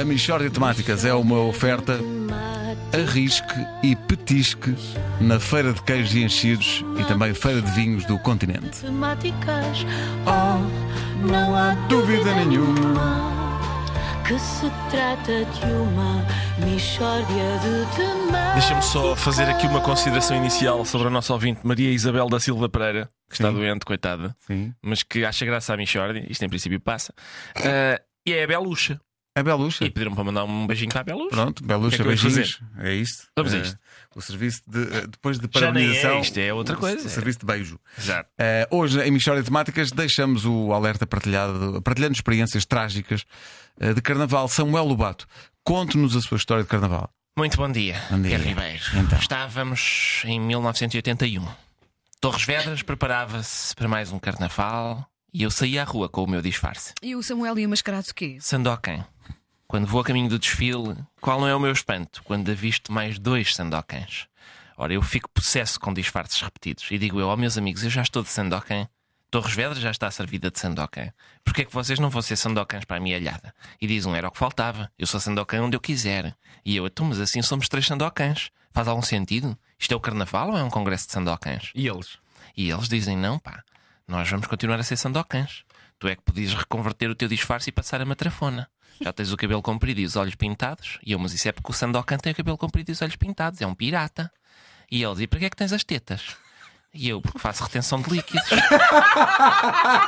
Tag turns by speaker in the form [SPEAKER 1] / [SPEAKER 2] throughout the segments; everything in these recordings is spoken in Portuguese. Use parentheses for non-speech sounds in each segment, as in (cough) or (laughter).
[SPEAKER 1] A Michórdia de Temáticas é uma oferta arrisque e petisque na Feira de Queijos e Enchidos e também Feira de Vinhos do Continente.
[SPEAKER 2] Temáticas, oh, não há dúvida nenhuma que se trata de uma Michórdia de temáticas.
[SPEAKER 3] Deixa-me só fazer aqui uma consideração inicial sobre a nossa ouvinte Maria Isabel da Silva Pereira, que está doente, coitada,
[SPEAKER 1] Sim.
[SPEAKER 3] mas que acha graça à Michordi, isto em princípio passa, Ah, e é a Beluxa.
[SPEAKER 1] A Beluxa.
[SPEAKER 3] E pediram para mandar um beijinho para a Beluxa.
[SPEAKER 1] Pronto, Beluxa,
[SPEAKER 3] O que é que vamos
[SPEAKER 1] beijinhos. É isto.
[SPEAKER 3] Vamos a
[SPEAKER 1] É,
[SPEAKER 3] isto.
[SPEAKER 1] O serviço de. eh, Depois de
[SPEAKER 3] Já nem é
[SPEAKER 1] parabenização.
[SPEAKER 3] isto, é outra
[SPEAKER 1] o-
[SPEAKER 3] coisa.
[SPEAKER 1] O serviço de beijo.
[SPEAKER 3] Exato.
[SPEAKER 1] Eh, hoje, em Michórdia de Temáticas, deixamos o alerta partilhado, partilhando experiências trágicas eh, de carnaval. Samuel Lobato, conte-nos a sua história de carnaval.
[SPEAKER 3] Muito bom dia,
[SPEAKER 1] Bom dia.
[SPEAKER 3] Pedro Ribeiro.
[SPEAKER 1] Então.
[SPEAKER 3] Estávamos em 1981. Torres Vedras preparava-se para mais um carnaval e eu saí à rua com o meu disfarce.
[SPEAKER 4] E o Samuel e o mascarado o quê?
[SPEAKER 3] Sandokan. Quando vou a caminho do desfile, qual não é o meu espanto quando avisto mais dois Sandokans? Ora, eu fico possesso com disfarces repetidos e digo eu, ó meus amigos, eu já estou de Sandokan. Torres Vedras já está servida de Sandokan. Porquê é que vocês não vão ser Sandokans para a minha alhada? E diz um, era o que faltava. Eu sou Sandokan onde eu quiser. E eu, então, mas assim somos três Sandokans. Faz algum sentido? Isto é o carnaval ou é um congresso de Sandokans?
[SPEAKER 5] E eles?
[SPEAKER 3] E eles dizem: não, pá, nós vamos continuar a ser sandocãs. Tu é que podias reconverter o teu disfarce e passar a matrafona. Já tens o cabelo comprido e os olhos pintados. E eu, mas isso é porque o sandocan tem o cabelo comprido e os olhos pintados. É um pirata. E eles: e para que é que tens as tetas? E eu, porque faço retenção de líquidos. (laughs)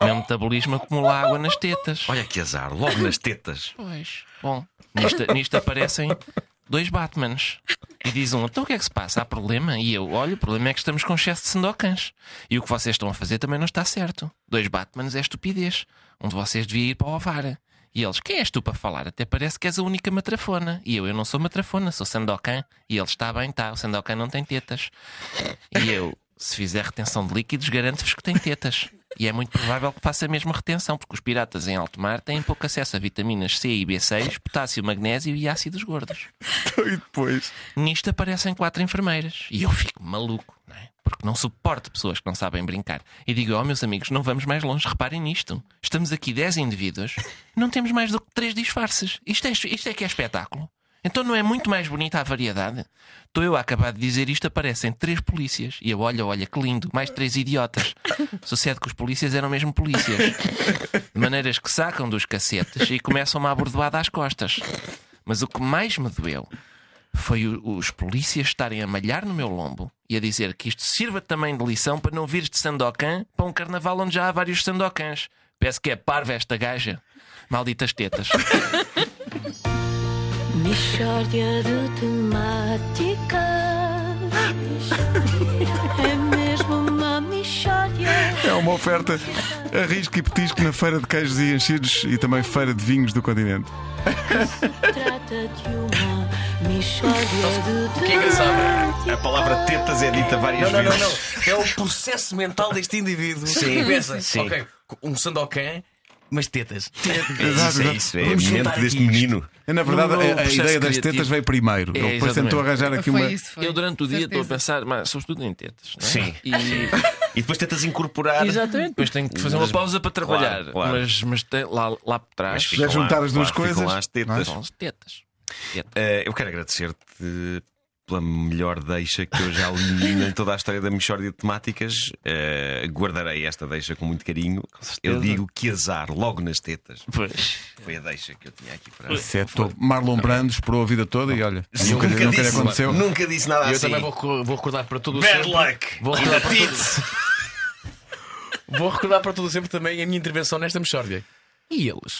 [SPEAKER 3] O meu metabolismo acumula água nas tetas.
[SPEAKER 5] Olha que azar, logo nas tetas.
[SPEAKER 3] Pois. Bom, nisto, nisto aparecem dois Batmans. E diz um, então o que é que se passa? Há problema? E eu, olha, o problema é que estamos com excesso de sendocans. E o que vocês estão a fazer também não está certo. Dois Batmans é estupidez. Um de vocês devia ir para o Ovara. E eles, quem és tu para falar? Até parece que és a única matrafona. E eu, eu não sou matrafona, sou sandokan. E ele, está bem, tá, o sandokan não tem tetas. E eu, se fizer retenção de líquidos, garanto-vos que tem tetas. E é muito provável que faça a mesma retenção, porque os piratas em alto mar têm pouco acesso a vitaminas C e B6, potássio, magnésio e ácidos gordos.
[SPEAKER 1] E depois?
[SPEAKER 3] Nisto aparecem quatro enfermeiras. E eu fico maluco, não é? Porque não suporto pessoas que não sabem brincar. E digo, oh, meus amigos, não vamos mais longe, reparem nisto. Estamos aqui 10 indivíduos, não temos mais do que três disfarces. Isto é, isto é que é espetáculo. Então não é muito mais bonita a variedade? Estou eu a acabar de dizer isto, aparecem três polícias. E eu, olha, olha, que lindo, mais três idiotas. (laughs) Sucede que os polícias eram mesmo polícias. De maneiras que sacam dos cacetes e começam uma abordoada às costas. Mas o que mais me doeu foi o- os polícias estarem a malhar no meu lombo e a dizer que isto sirva também de lição para não vires de Sandokan para um carnaval onde já há vários Sandokans. Peço que é parva esta gaja.
[SPEAKER 6] (laughs)
[SPEAKER 3] Malditas tetas.
[SPEAKER 2] Michórdia de temáticas. É mesmo uma Michórdia.
[SPEAKER 1] É uma oferta arrisque e petisque na Feira de Queijos e Enchidos e também Feira de Vinhos do Continente.
[SPEAKER 2] Trata de uma Michórdia de temáticas.
[SPEAKER 5] A palavra tetas é dita várias
[SPEAKER 6] Não, não,
[SPEAKER 5] vezes.
[SPEAKER 6] não. É o processo mental deste indivíduo.
[SPEAKER 5] Sim,
[SPEAKER 6] Que (laughs) pensa,
[SPEAKER 5] sim.
[SPEAKER 6] ok, um sandocan, mas tetas.
[SPEAKER 1] Exato,
[SPEAKER 5] É
[SPEAKER 1] exato.
[SPEAKER 5] isso, é a
[SPEAKER 1] Vamos
[SPEAKER 5] mente
[SPEAKER 6] juntar
[SPEAKER 5] deste
[SPEAKER 6] aqui isto.
[SPEAKER 5] menino.
[SPEAKER 1] É, Na verdade,
[SPEAKER 3] No meu
[SPEAKER 1] a- a,
[SPEAKER 3] processo
[SPEAKER 1] ideia das
[SPEAKER 3] criativo.
[SPEAKER 1] tetas veio primeiro.
[SPEAKER 3] É,
[SPEAKER 1] Ele depois tentou
[SPEAKER 3] exatamente.
[SPEAKER 1] arranjar aqui
[SPEAKER 4] foi
[SPEAKER 1] uma.
[SPEAKER 4] isso,
[SPEAKER 3] (laughs)
[SPEAKER 4] foi.
[SPEAKER 3] Eu durante o dia estou a
[SPEAKER 4] Certeza.
[SPEAKER 3] pensar, mas, sobretudo em tetas. Não é?
[SPEAKER 5] Sim.
[SPEAKER 3] E
[SPEAKER 5] E depois tetas incorporar.
[SPEAKER 3] Exatamente. Depois tenho que fazer uma
[SPEAKER 5] Mas-
[SPEAKER 3] pausa para trabalhar.
[SPEAKER 5] Claro, claro.
[SPEAKER 3] Mas, mas tem- lá, lá por trás
[SPEAKER 1] ficam Já juntar
[SPEAKER 5] lá,
[SPEAKER 1] as duas
[SPEAKER 5] claro, ficam
[SPEAKER 1] coisas,
[SPEAKER 5] lá as tetas.
[SPEAKER 6] é?
[SPEAKER 3] são as tetas.
[SPEAKER 5] Eh, eu quero agradecer-te pela melhor deixa que eu já li (laughs) em toda a história da Michórdia de Temáticas. Eh, guardarei esta deixa com muito carinho. eu digo que azar, logo nas tetas.
[SPEAKER 3] Pois.
[SPEAKER 5] Foi a deixa que eu tinha aqui para. (laughs)
[SPEAKER 1] Isso é top. Marlon Brando esperou a vida toda e olha,
[SPEAKER 5] Sim,
[SPEAKER 1] nunca, nunca, lhe
[SPEAKER 5] disse,
[SPEAKER 1] aconteceu.
[SPEAKER 5] Nunca disse nada
[SPEAKER 6] Eu
[SPEAKER 5] assim.
[SPEAKER 6] também vou, recor- vou recordar para todo o
[SPEAKER 5] Bad
[SPEAKER 6] sempre.
[SPEAKER 5] luck!
[SPEAKER 6] Vou recordar, para todo... vou recordar para todo o sempre também a minha intervenção nesta Michórdia. E eles?